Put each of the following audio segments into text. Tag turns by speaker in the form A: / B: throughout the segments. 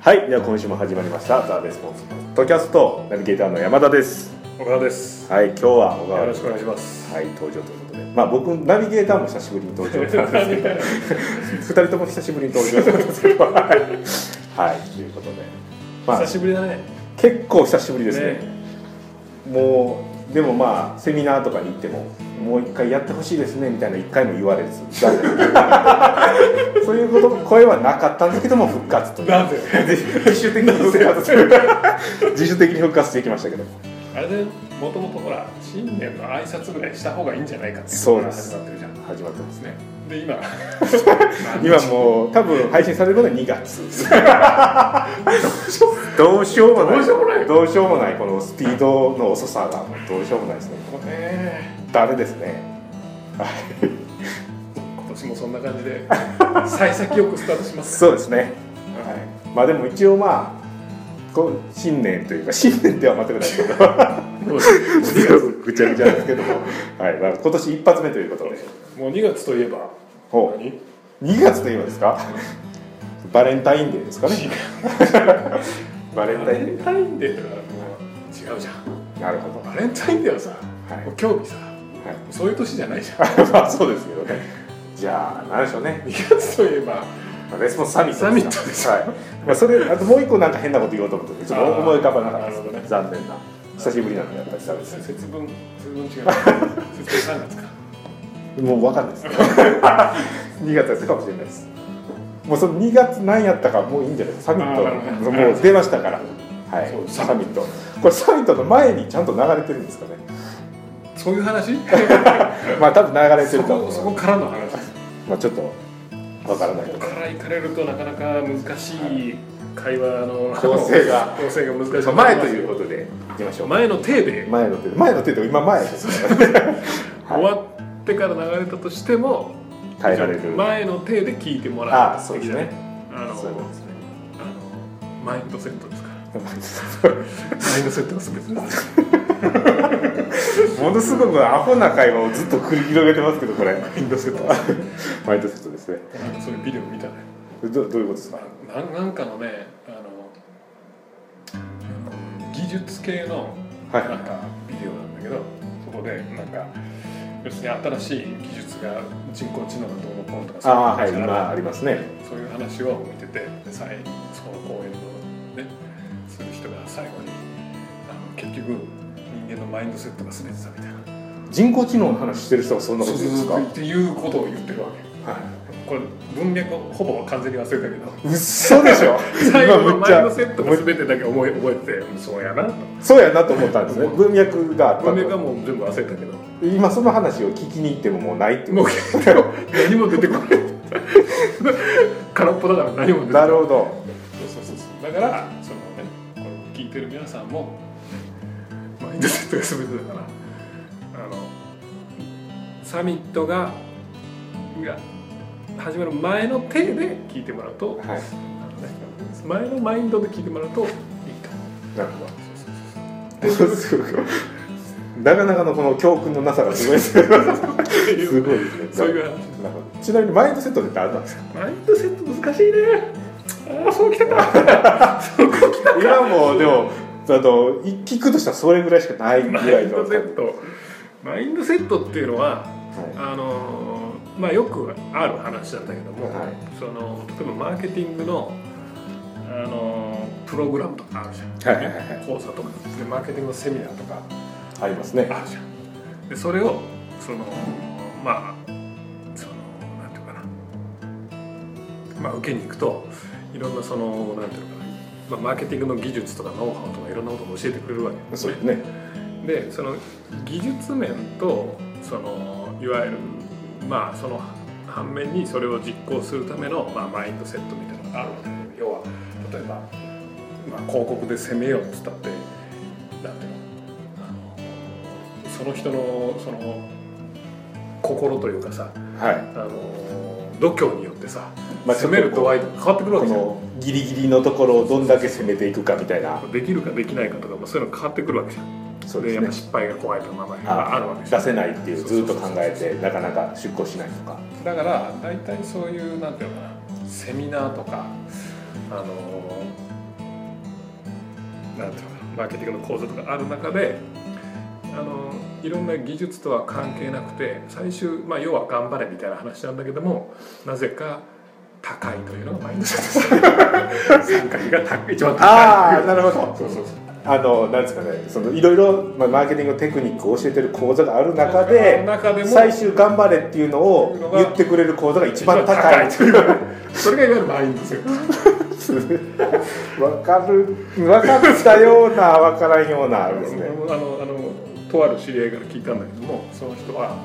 A: はいでは今週も始まりました「ザ・レスポンス」ポッドキャストナビゲーターの山田です
B: 小川です。
A: はい今日は小
B: よ
A: 川
B: ろしくお願いし ます。
A: はい登場ということでまあ僕ナビゲーターも久しぶりに登場なんですけど二人とも久しぶりに登場なんです けどはいはいということでまあ
B: 久しぶりだね。
A: 結構久しぶりですね
B: ね
A: もうでもまあセミナーとかに行ってももう一回やってほしいですねみたいな一回も言われずそういうこと声はなかったんですけども復活 という
B: なんで
A: 自主的に復活す る自主的に復活できましたけど
B: あれでもともとほら新年の挨拶ぐらいした方がいいんじゃないかってい
A: そう
B: か
A: で
B: ら
A: す
B: 始まってるじゃん。ね。
A: 始まってますね
B: で 今
A: 今もう多分配信されるのは2月 どうしようもない
B: どうしようもない
A: どうしようもないこのスピードの遅さがもうどうしようもないですね
B: もうね
A: だれですね
B: 今年もそんな感じで幸先よくスタートします。
A: そうですねはい、まあでも一応まあこう新年というか新年では全くないですけ ど
B: どうしよ
A: ぐちゃぐちゃですけども、はいまあ、今年一発目ということで
B: うもう2月といえば
A: ほう
B: 何？
A: 2月といえばですかバレンタインデーですかねバレン
B: バ
A: タイ
B: レ
A: ンデ
B: ンタインデーとかもう違うじゃん。
A: ーなるほど、は
B: バレンタインデーはさ、
A: はい
B: もう興味さ、そういう年じゃないじゃん。
A: い、 まあそうですけどねじゃあ何でしょうね
B: 2月といえば
A: まあレスポンスサミットですか
B: サミットです
A: はいまあ、それあともう一個なんか変なこと言おうと思ったんでちょっと思い浮かばなかったで
B: あーなるほど
A: す
B: ね
A: 残念な久しぶりなんでやっぱり寂しい
B: 節分節分違う。節分3月か。
A: もう分かんない です。2月やったかもしれないです。もうその2月何やったかもういいんじゃないですか。サミッ
B: あーなるほ
A: ト
B: ど
A: もう出ましたから。はい
B: そう。
A: サミット。これサミットの前にちゃんと流れてるんですかね。
B: そういう 話？
A: まあ多分流れて
B: そ
A: ると
B: こそ
A: 思う
B: こ。からの話です。
A: まあちょっとわからないけ
B: こ
A: ど
B: こ。から行かれるとなかなか難しい会話の
A: 構成が
B: 構成が難しい。
A: 前ということでいきましょう。
B: 前の手で
A: 前の手で前の手で今前ですからね。はい
B: 終わってから流れたとしても
A: 耐えられる。
B: 前の手で聞いても
A: あ
B: ら
A: あ
B: う
A: そうで
B: 的
A: す
B: な
A: ね。
B: あの
A: そういうことですね。
B: あのマインドセットですから マインドセットが全てです
A: ものすごくアホな会話をずっと繰り広げてますけどこれ。
B: マインドセットです
A: マインドセットですね。
B: なん かそういうビデオ見たね
A: どどういうことですか。
B: ななんかのねあの技術系の
A: は
B: ないんかビデオなんだけど、そこでなんか要するに新しい技術が人工知能がどうのこうのとか
A: ああはい
B: そういう話
A: 今ありますね。
B: そういう話を見ててで最後その講演のねする人が最後にあの結局人間のマインドセットが全てだみたいな
A: 人工知能の話してる人がそんなこ
B: そう
A: と
B: そ
A: 言うんですか
B: うっていうことを言ってるわけ
A: はい
B: これ文脈をほぼ完全に忘れたけど
A: 嘘でしょ
B: 最後のマインドセット
A: 今
B: が
A: めっち
B: 全てだけ覚え覚えててそうやなと
A: ゃそうやなと思ったんですね文脈があった
B: 文
A: と
B: 脈はもう全部忘れたけど
A: 今その話を聞きに行ってももうないって
B: も
A: こ
B: う結構何も出てこない空っぽだから何も
A: と
B: 出てこな
A: ないるほど
B: そうそうそうそうだからそのねこれを聞いてる皆さんもマインドセットが全てだからあのサミットがが始まる前の手で聞いてもらうと、
A: はい
B: あのね前のマインドで聞いてもらうといいか
A: な
B: も
A: るほど すごいなかなかのこの教訓のなさがすごいですす
B: っていう
A: ごいです
B: そう
A: ね
B: いう話
A: なるほどちなみにマインドセットって何なんですか
B: マインドセット難しいねああそうきたか
A: 今もうでもあと聞くとしたらそれぐらいしかないぐ
B: マ
A: ら
B: イ
A: い
B: ン
A: の
B: ド
A: 感
B: セ
A: じ
B: ットマインドセットっていうのは
A: は
B: あのーまあよくある話なんだけども、
A: はい
B: その例えばマーケティングの、あのープログラムとかあるじゃん、
A: はいはいはいはい
B: 講座とかでマーケティングのセミナーとか
A: いありますね
B: あるじゃんでそれをそのまあそのなんていうかな、まあ、受けに行くといろんなそのなんていうのかな、まあ、マーケティングの技術とかノウハウとかいろんなことを教えてくれるわけです
A: そう
B: ね
A: ですね
B: でその技術面とそのいわゆるまあその反面にそれを実行するための、まあ、マインドセットみたいなのがあるわけで要は例えば、まあ、広告で攻めようっつったってなんていうのあのその人のその心というかさ
A: はい
B: あの度胸によってさ、
A: まあ
B: 攻める度合いが変わってくるわ
A: こ
B: けじゃん
A: のギリギリのところをどんだけ攻めていくかみたいな
B: できるかできないかとか、まあ、そういうの変わってくるわけじゃん
A: そう
B: で
A: です
B: やっぱ
A: ね
B: 失敗が怖いとかまあま
A: あ
B: ああるわけじゃん
A: 出せないっていうずっと考えてなかなか出向しないとか
B: だから大体そういうなんていうのかなセミナーとかあのなんていうのかなマーケティングの構造とかある中であのいろんな技術とは関係なくて最終、まあ、要は頑張れみたいな話なんだけどもなぜか高いというのがマインドセットです参加費が高い一番高い
A: ああなるほど
B: そうそうそう
A: あのなんですかねそのいろいろ、まあ、マーケティングのテクニックを教えてる講座がある中
B: あの
A: で
B: 中でも
A: 最終頑張れっていうのを言ってくれる講座が一番 高い
B: というそれがいわゆるマインドセット
A: 分かる分かったような分からんようなですね
B: あのあのとある知り合いから聞いたんだけどもその人は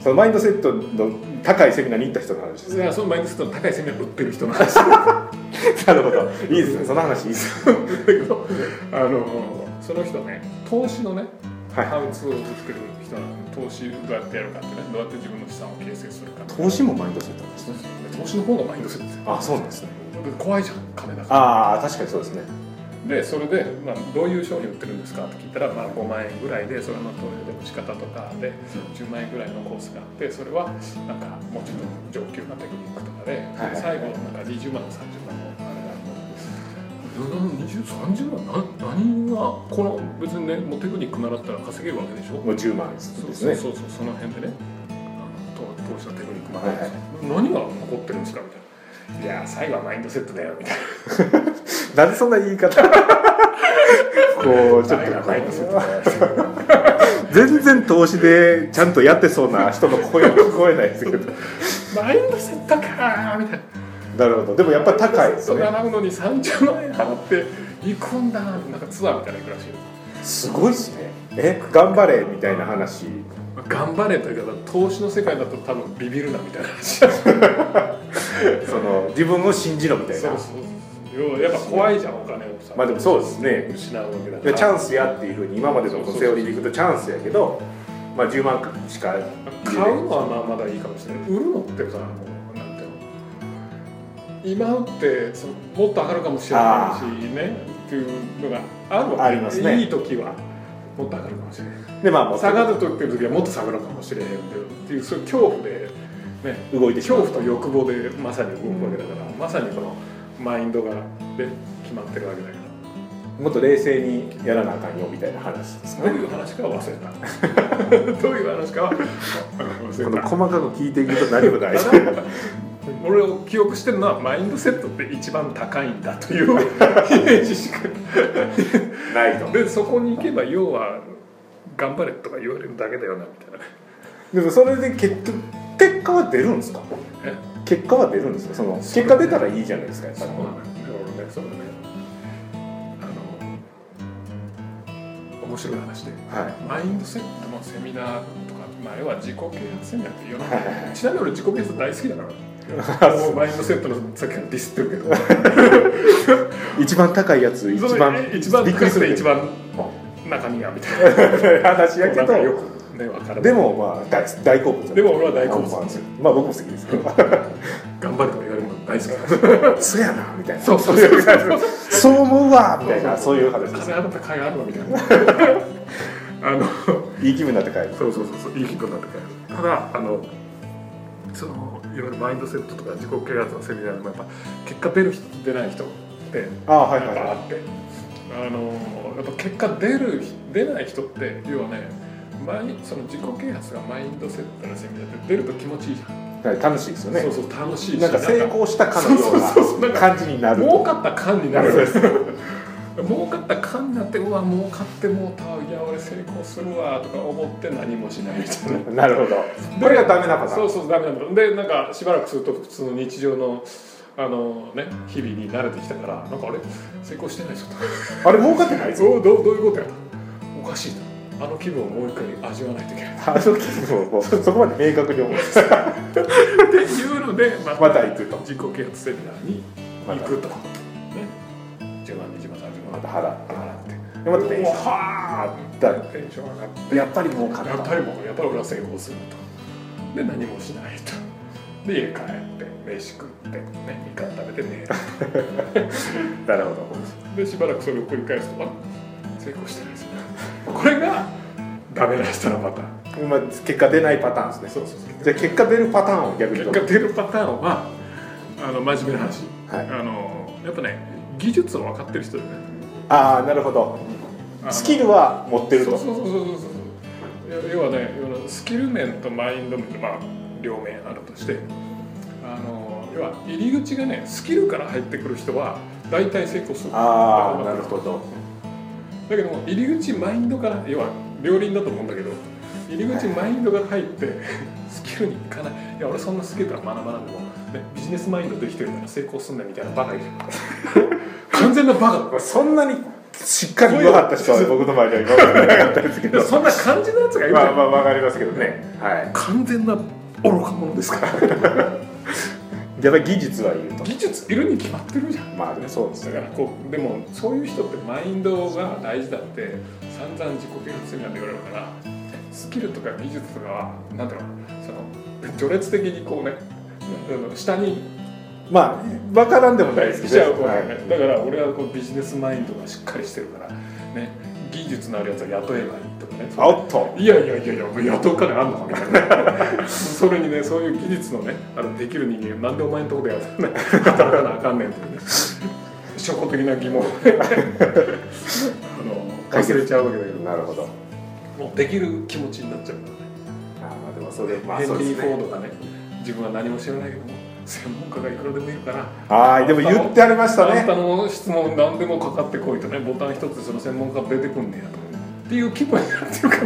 A: そのマインドセットの高いセミナーに行った人の話です
B: いやそのマインドセットの高いセミナーを売ってる人の話
A: なるほどいいですねその話いいです
B: なんだけどあのその人はね投資のね
A: はい
B: ハウツーを売ってる人なので投資どうやってやるかってねどうやって自分の資産を形成するか
A: 投資もマインドセットなんですね
B: 投資の方がマインドセットですよ
A: あそうなんですね
B: 怖いじゃん金だから
A: ああ確かにそうですね
B: でそれで、まあ、どういう商品売ってるんですかって聞いたら、まあ、5万円ぐらいでそれの投入で打ち方とかで10万円ぐらいのコースがあってそれはなんかもうちょっと上級なテクニックとか
A: い
B: で、最後なんか20万30万のあれがあるの2030万な何がこの別にねもうテクニック習ったら稼げるわけでしょ
A: もう10万です
B: そう
A: です
B: そう
A: ね
B: そうそうその辺でねあの投投資のテクニック学んで、
A: はいはい
B: 何が残ってるんですかみたいな。いやー最後はマインドセットだよみたいな
A: なんでそんな言い方 こうちょっと
B: 最後は
A: こ
B: マインドセット
A: う
B: だよみたいな
A: 全然投資でちゃんとやってそうな人の声は聞こえないですけど
B: マインドセットかーみたいな
A: なるほどでもやっぱ高いです
B: マインドセッ
A: ね
B: ト習うのに30万円払って行くんだーってなんかツアーみたいなの行くらしいよ
A: すごいですねえ頑張れみたいな話
B: 頑張れというか投資の世界だと多分ビビるなみたいな話
A: その自分を信じろみたいな
B: そうそう要はやっぱ怖いじゃんお金をさ、
A: まあでもそうですね
B: 失うわけだ
A: で
B: から
A: チャンスやっていうふうに今までのセオリーでいくとチャンスやけど、まあ、10万しか
B: 買うのはまあまだいいかもしれない売るのってさもうなんていうの今売ってそのもっと上がるかもしれないしねっていうのがあるわけ
A: ありますね
B: いい時はもっと上がるかもしれない
A: でまあもう
B: 下がると言ってる時はもっと下がるかもしれへんっていうそういう恐怖で、ね、
A: 動いてしま
B: 恐
A: う
B: 怖と欲望でまさに動くわけだから、まさにこのマインドがで決まってるわけだから。
A: もっと冷静にやらなあかんよみたいな話です
B: どう
A: ね
B: いう話かは忘 れたどういう話かは
A: こ
B: 忘
A: の
B: れた
A: 細かく聞いていくと何も ない
B: 俺を記憶してるのはマインドセットって一番高いんだ というイメージしか
A: ないと
B: でそこに行けば要は頑張れとか言われるだけだよなみたいなね
A: でもそれで結局結果は出るんですか
B: え
A: 結果は出るんですかその結果出たらいいじゃないですかやっぱ
B: そう
A: り
B: なのよ俺ねそれねあの面白い話で
A: はい
B: マインドセットのセミナーとか、まあ、要は自己啓発セミナーっていうの
A: はいはいはい
B: ちなみに俺自己啓発大好きだからもうマインドセットのさっきからディスってるけど
A: 一番高いやつ一
B: そ
A: 番
B: れ一番
A: びっくりする
B: 一番中身がみた い
A: 話や
B: なな
A: け
B: んかよ
A: ど
B: くね分からない
A: でもまあ大大好物
B: でも俺は大好物
A: ですまあ僕も好きです けど
B: 頑張れとか言われるの大好き だ
A: そうやなみたいな
B: そうそうそうそう
A: そう思うわみたいなそういう話です
B: 風当たった甲斐あるわみたいなあの
A: いい気分になって帰る
B: そうそうそうそういい気分になって帰るただあのそのいろいろマインドセットとか自己啓発のセミナーでもやっぱ結果出る人出ない人って
A: ああ
B: や
A: はい
B: っ
A: はい
B: ぱあ
A: は
B: って、あのやっぱ結果出る出ない人って要はねマイその自己啓発がマインドセットのセミナーって出ると気持ちいいじゃん、
A: いはい楽しいですよね
B: そうそう楽しいし
A: なんか成功したかのよ
B: そうそうそうそうな
A: うんな
B: か
A: 感じになる
B: 儲かった感になる
A: そう
B: 儲かった感になってうわ儲かってもうたいや俺成功するわとか思って何もしないみたいな
A: なるほど これがダメなパター
B: そう
A: ン
B: そうダメなんだでなんかしばらくすると普通の日常のあのね日々に慣れてきたからなんかあれ成功してないぞと
A: あれ儲かってないぞ
B: どうどうどういうことやとおかしいなあの気分をもう一回味わわないといけ ない
A: あの気分をもうそこまで明確に思う
B: っていうのでま
A: また行くと
B: 自己啓発セミナーに行くと、ね、10万20万30
A: ま
B: 万
A: た払って
B: 払っ
A: で
B: て
A: また電
B: うわ
A: 車
B: は
A: だ
B: あテンション上がって
A: やっぱり儲かっ
B: やったぱりもうやっぱり俺は成功するとで何もしないとで家帰って飯食ってねみかん食べて寝る
A: なるほど
B: でしばらくそれを繰り返すとあ成功してないですねこれがダメな人のパターン
A: まあ、結果出ないパターンですね
B: そうそうそう
A: じゃあ結果出るパターンを逆に
B: 結
A: どう
B: 果出るパターンはあの真面目な話、
A: はい
B: あのやっぱね技術を分かってる人でね
A: ああなるほど
B: あの
A: スキルは持ってると
B: そうそうそうそうそうそう要要はね要はスキル面とマインド面まあ両面あるとしてあの要は入り口がねスキルから入ってくる人は大体成功する
A: ああなるほど
B: だけども入り口マインドから要は両輪だと思うんだけど入り口マインドが入ってスキルに行かないいや俺そんなスキルから学ばなくても、ね、ビジネスマインドできてるから成功すんだみたいな バカいる完全なバカ
A: そんなにしっかり弱かった人は僕の周りは今までいなかったですけ
B: いや
A: ど
B: そんな感じのやつがいるじゃん
A: まあまあわかりますけどねは
B: 完全な愚か者ですから
A: いやっぱり技術は言うと
B: 技術いるに決まってるじゃん
A: まあでもそうです
B: だ
A: よ
B: からこうでもそういう人ってマインドが大事だって散々自己啓発セミナーで言われるからスキルとか技術とかはなんだろうその序列的にこうねあの下に
A: まあわからんでもないです
B: 来
A: け
B: ちゃう
A: ど
B: 子
A: は
B: だ,、
A: い
B: だから俺はこうビジネスマインドがしっかりしてるからね技術のあるやつは雇えばいいとかね
A: あおっと
B: いやいやいやいや、もう雇う金あんのみたいな。 それにね、そういう技術のね、あのできる人間、なんでお前のとこでやってない働かなあかんねんっていうね、初歩的な疑 問をねあの
A: 解
B: 忘
A: 決
B: れちゃうわけだけど、
A: なるほど
B: もうできる気持ちになっちゃうから
A: あーまあでもそれまあ
B: ね。ヘ
A: そ
B: ン
A: う
B: リ
A: で
B: ー・
A: す
B: フォ
A: ね
B: ードがね、自分は何も知らないけども、専門家がいくらでもいるから、
A: ああでも言ってありました
B: あん
A: ね
B: たの質問何でもかかってこいとね、ボタン一つでその専門家出てくんねやと。っていう気分になってるから、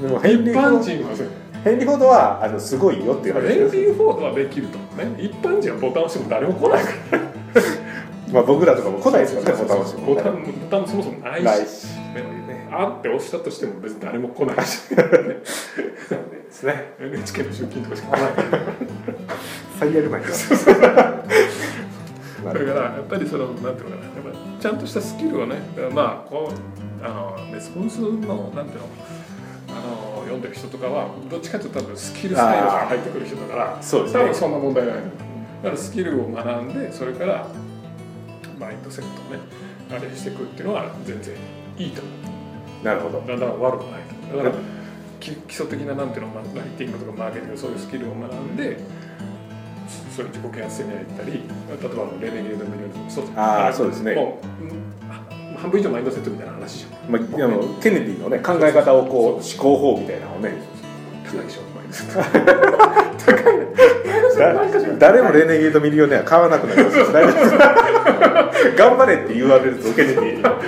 A: でもヘ
B: 一
A: ンリーフォ
B: 般
A: ー
B: 人はそう。
A: ドヘンリーフォードはあのすごいよって言われて
B: レ
A: るん
B: ン
A: です
B: ピンフォードはできるとね一般人はボタン押しても誰も来ないから
A: まあ僕らとかも来ないですからねボタン押して
B: ボタンボタンそもそもないし
A: ないし
B: ねあって押したとしても別に誰も来な いし
A: ですね
B: NHK の集金とかしか来ないから
A: 最悪まで
B: だからやっぱりそのなんていうのかなやっぱりちゃんとしたスキルをねまあこうあのレスポンスのなんていうのあの読んでる人とかはどっちかというと多分スキルスタイルから入ってくる人だから
A: そうですね
B: 多分そんな問題ないだからスキルを学んでそれからマインドセットをねあれしていくっていうのは全然いいと思う
A: なるほど
B: だんだん悪くないとだからき基礎的ななんていうのまあライティングとかマーケティングそういうスキルを学んでそれ自己啓発セミナー行ったり例えばあのレネゲードのようにそう
A: あー
B: あの
A: そうですね
B: もううんあ半分以上マインドセットみたいな話じゃん
A: まあ、でもケネディのね考え方をこう思考法みたいなのをね
B: 高いでしょマインドセット高いねマインドセットなんかしら
A: だ誰もレネゲードミリオネア買わなくなりますよ大 丈夫です頑張れって言われるとケネディに
B: マ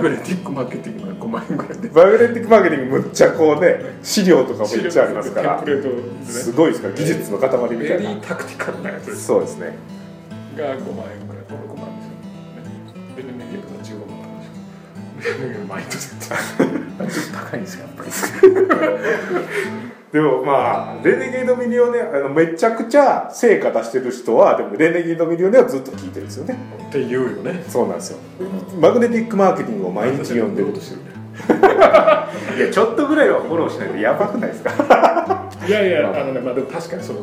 B: グネティックマーケティングが5万円ぐらいで
A: バイオレンティックマーケティングむっちゃこうね資料とかめっちゃありますか
B: テン
A: ら
B: プレートです
A: す
B: ね
A: ごいですから技術の塊みた
B: ベ
A: い
B: リー
A: な
B: タクティカルなやつです
A: そうですね
B: が5万円ぐらい、5、6万円ですよね。で、メニューが15万円ですよ。メニュー毎年ちょっと高いんですよ、やっぱり。
A: でもまあレネゲードミリオネアあのめちゃくちゃ成果出してる人はでもレネゲードミリオネアずっと聞いてるんですよね
B: っていうよね。
A: そうなんですよマグネティックマーケティングを 毎日読んでる
B: としてるね。
A: いやちょっとぐらいはフォローしないとやばくないですか
B: いやいや、あのね、まあでも確かにその、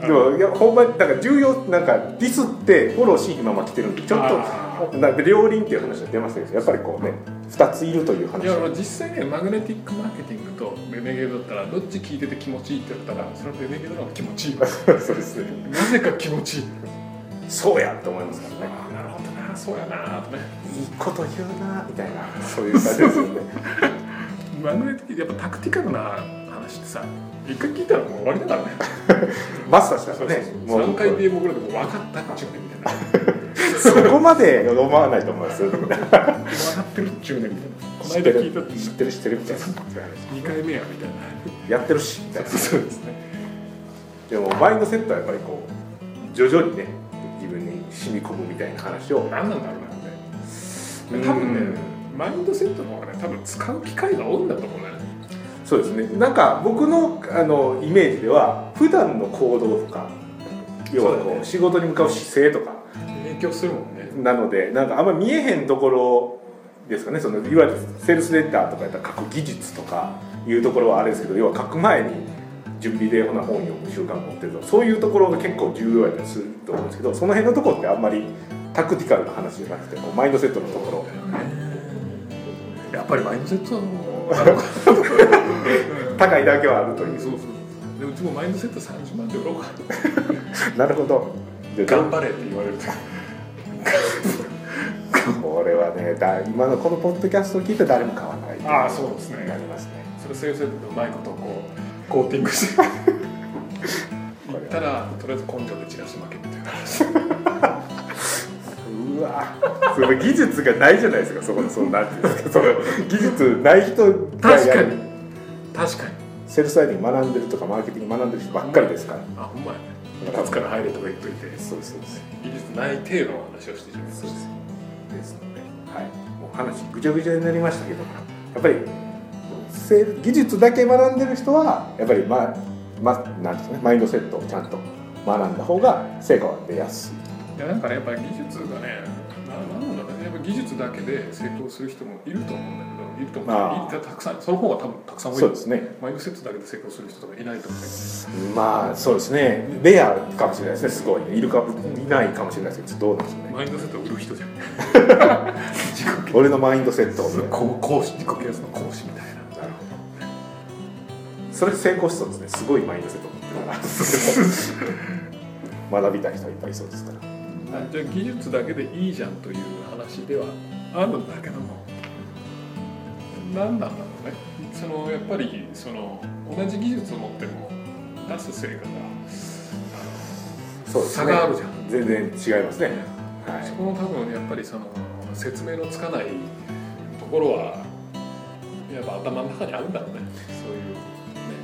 A: でもいやほんまになんか重要なんかディスってフォローし今ま来てるんでちょっ
B: あ
A: となんか両輪っていう話は出ましたけどやっぱりこうね2ついるという
B: い
A: 話
B: や、実際ね、マグネティックマーケティングとレネゲードだったら、どっち聞いてて気持ちいいって言ったら、それはレネゲードの方が気持ちいいわ。
A: そうですね
B: なぜか気持ちいい。
A: そうやと思いますからね
B: ああ、なるほどな、そうやなとね。
A: いいこと言うなみたいなそういう感じですよね
B: マグネティック、やっぱタクティカルな話ってさ、一回聞いたらもう終わりだからね。
A: マスターした
B: そ
A: ら
B: うそう
A: ね
B: そう
A: も
B: 3
A: う
B: 回で僕らでも分かったっちゅうねみたいな
A: そこまで思わないと思いますよ
B: 分かってるっちゅうねみたいなこの
A: 知っ
B: 間
A: て
B: 聞いたっ
A: る
B: て
A: 知ってる知ってるみたいな
B: 2回目やみたいな
A: やってるしみたいな
B: そうですね
A: でもマインドセットはやっぱりこう徐々にね自分に染み込むみたいな話を
B: 何なんだろうなって多分ねマインドセットの方がね多分使う機会が多いんだと思うんだよね
A: そうですねなんか僕のあのイメージでは普段の行動とか要は
B: そうだ
A: こ
B: ね
A: う仕事に向かう姿勢とか
B: 影響するもんね
A: なのでなんかあんま見えへんところですかねそのいわゆるセールスレッダーとかやったら書く技術とかいうところはあれですけど要は書く前に準備でほな本読む習慣持ってるとかそういうところが結構重要やったりすると思うんですけどその辺のところってあんまりタクティカルな話じゃなくてこうマインドセットのところ
B: やっぱりマインドセットなのか
A: 高いだけはあるとい
B: そう
A: う
B: そうでうちもマインドセット30万で売ろうか
A: なるほどで
B: 頑張れって言われると
A: これはねだ今のこのポッドキャストを聞いて誰も買わない
B: ああそうですね
A: なりますね
B: それ先生とうまいことこうコーティングして言ったらとりあえず根性でチラシ負けみたいな
A: うわその技術がないじゃないですかそこのそのなんていうんですかその技術ない人が
B: 確か
A: や
B: に
A: る
B: 確かに
A: セルフサイディング学んでるとかマーケティング学んでる人ばっかりですから、
B: あほんまやね一発から入れとか言っといて
A: そうですそうです
B: 技術ない程度の話をしてしまいま
A: そう
B: し
A: ですですので、はい、もう話ぐちゃぐちゃになりましたけどもやっぱりセール技術だけ学んでる人はやっぱりままなんですかねマインドセットをちゃんと学んだ方が成果は出やすい
B: たいやなんかねやっぱり技術がねななんだろうねやっぱ技術だけで成功する人もいると思うんだけどいると思
A: あ
B: ういるたくさんその方が多分たくさん多い
A: そうですね
B: マインドセットだけで成功する人とかいないと思うけど
A: まあそうですねレアかもしれないですねすごいいるかいないかもしれないですけどどうなんでしょうね
B: マインドセットを売る人じゃん自己啓
A: 俺のマインドセットみたいな
B: こう講師自己啓発の講師みたいな
A: なるほどそれ成功しそうですねすごいマインドセット持ってたら学びたい人はいっぱいいそうですから
B: あじゃあ技術だけでいいじゃんという話ではあるんだけども何なんだろうねそのやっぱりその同じ技術を持っても出す成果が
A: そうですね
B: 差があるじゃん
A: 全然違いますねは
B: そ
A: い
B: この多分やっぱりその説明のつかないところはやっぱ頭の中にあるんだろうねそういうね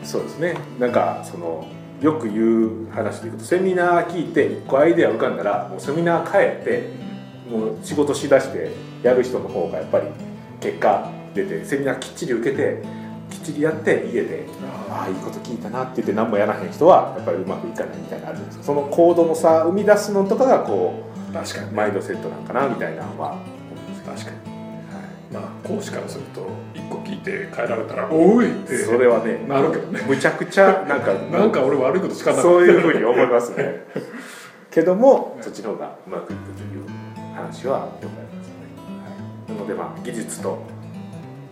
A: そうですねなんかそのよく言う話でいくとセミナー聞いて1個アイデア浮かんだらもうセミナー変えてもう仕事しだしてやる人の方がやっぱり結果出てセミナーきっちり受けてきっちりやって家でああいいこと聞いたなって言って何もやらへん人はやっぱりうまくいかないみたいなのあるじゃないですかその行動の差生み出すのとかがこ
B: 確かに
A: う
B: ね
A: マインドセットなんかなみたいなのは思うんですけど
B: 確かに
A: は
B: まあ講師からすると1個聞いて変えられたら「おい!」っ
A: い
B: て
A: それはね
B: なるけどね
A: むちゃくちゃなんか
B: なんか俺悪いことしかなかった
A: そういうふうに思いますね けども
B: ね
A: そっちの方がうまくいくという話はよくありますね、はい、なのでまあ技術と、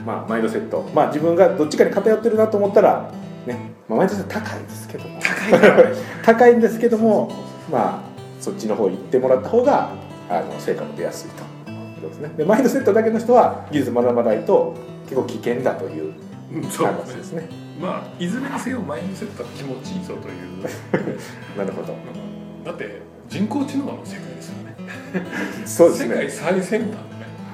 A: まあ、マインドセットまあ自分がどっちかに偏ってるなと思ったらね、まあ、マインドセット高いですけども
B: 高いからね
A: 高いんですけどもまあそっちの方行ってもらった方があの成果も出やすいということですねでマインドセットだけの人は技術学ばないと結構危険だという
B: うんそう
A: 話
B: で
A: ですす
B: ね
A: ね
B: まあいずれにせよマインドセットは気持ちいいぞという
A: なるほど
B: だって人工知能の世界ですよね
A: そうです
B: 世界
A: ね
B: 最先端のね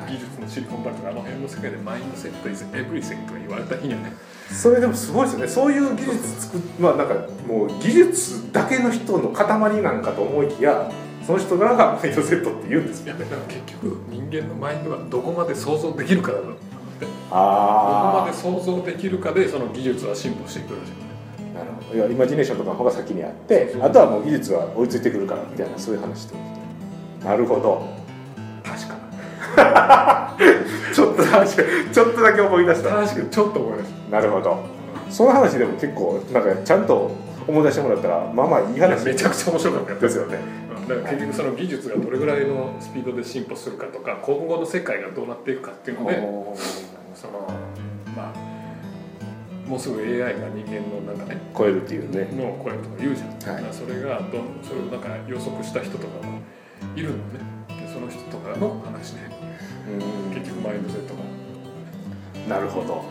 A: はい
B: 技術のシリコンバレーとかあの辺の世界でマインドセット is everything とか言われた日にはね
A: それでもすごいですよねそういう技術作っまあなんかもう技術だけの人の塊なんかと思いきやその人らがマインドセットって言うんです
B: い
A: よ
B: やだから結局人間のマインドはどこまで想像できるかだとどこま
A: あ
B: で想像できるかでその技術は進歩していくらしい
A: あなるほどいやイマジネーションとかの方が先にあって
B: そう
A: あとはもう技術は追いついてくるからみたいなそういう話ってことですねなるほど
B: 確か
A: ちょっとだけちょっとだけ思い出した
B: 確かにちょっと思いまし
A: なるほどその話でも結構なんかちゃんと思い出してもらったらまあまあいい
B: たい
A: 話
B: やめちゃくちゃ面白かったよ
A: ですよね
B: だから結局その技術がどれぐらいのスピードで進歩するかとか今後の世界がどうなっていくかっていうので
A: おー
B: そのまあもうすぐ AI が人間のなんかね
A: 超えるっていうね
B: 脳を超えるとか言うじゃん、だ
A: はい
B: からそれがどんそれをなんか予測した人とかがいるのねでその人とかの話で
A: うん
B: 結局マインドセットが
A: なるほど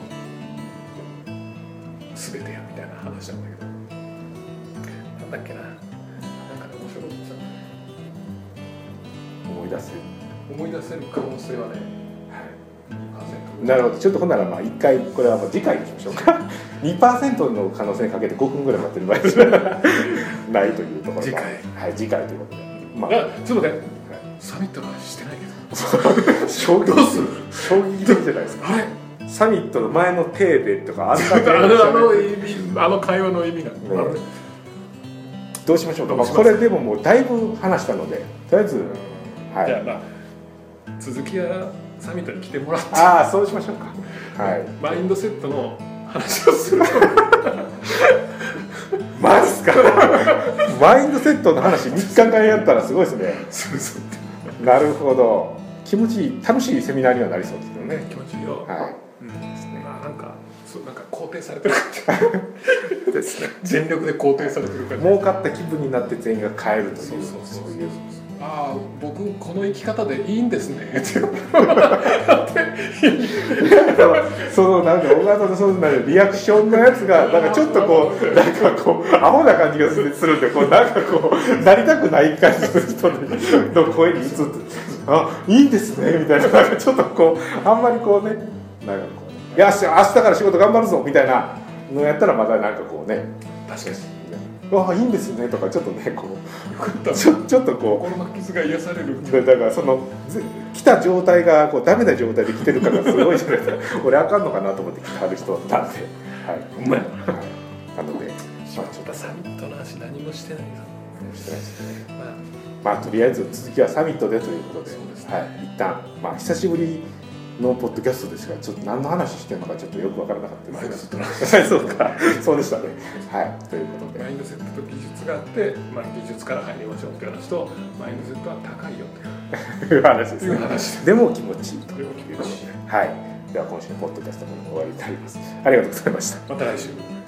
B: 全てやみたいな話なんだけどなんだっけななんかね面白いことさ
A: 思い出せる
B: 思い出せる可能性はね
A: はい
B: 2%
A: なるほどちょっとほんならまあ一回これはもう次回にしましょうか 2%の可能性にかけて5分ぐらい待ってる場合じゃないというところが
B: 次回
A: はい次回ということでま
B: あ
A: あ
B: ちょっと待ってサミットの話してないけど
A: 衝撃
B: どうする
A: 衝撃的じゃないですか
B: あれ
A: サミットの前のテーベとかあん
B: あ
A: な
B: のあの
A: ね
B: 意味あの会話の意味が、
A: ねどうしましょうか、まあ、
B: どうします
A: これでももうだいぶ話したのでとりあえずは
B: じゃあ
A: い
B: まあ続きはサミットに来てもらって
A: ああそうしましょうかはい
B: マインドセットの話をする
A: マジっすか マインドセットの話3日間やったらすごいですね
B: そうそうって
A: なるほど気持ちいい楽しいセミナーにはなりそうですよね
B: 気持ちいいよ、
A: はい
B: うん
A: ですね
B: まあなんかそうなんか肯定されてる感
A: ですね
B: じ全力で肯定されてる感じ
A: 儲かった気分になって全員が買えるという
B: そうそうそう
A: そういう
B: ああ僕この生き方でいいんですねって
A: そのなんか小川さんのそのなんかリアクションのやつがなんかちょっとこうなんかこうアホな感じがするするんでこうなんかこうなりたくない感じの人の声に移って「あいいんですね」みたいななんかちょっとこうあんまりこうねなんかこう「よし明日から仕事頑張るぞ」みたいなのやったらまたなんかこうね
B: 確かに
A: 「あいいんですね」とかちょっとねこ
B: よかっ
A: う
B: た
A: ちょちょっとこう
B: 心の傷が癒される
A: でだからそのず来た状態がこうダメな状態で来てるからすごいじゃないですか 俺あかんのかなと思って来てはる人だったんで、はい、
B: うまい
A: はいなので、まあ、ちょっと
B: サミットの話何もしてないな
A: ま
B: ま
A: あとりあえず続きはサミットでということで
B: そうですね
A: はい、一旦まあ久しぶりのポッドキャストですからちょっと何の話してるのかちょっとよくわからなかった
B: あマイン
A: で
B: ド
A: す
B: セットの話
A: けどそうかそうでしたねはいということで
B: マインドセットと技術があって、まあ、技術から入りましょうっていう話とマインドセットは高いよ
A: いう 話で
B: と
A: す
B: いう
A: ね
B: 話
A: でも気持ちいいと
B: ということで
A: はいでは今週のポッドキャストも終わりになりますありがとうございました
B: また来週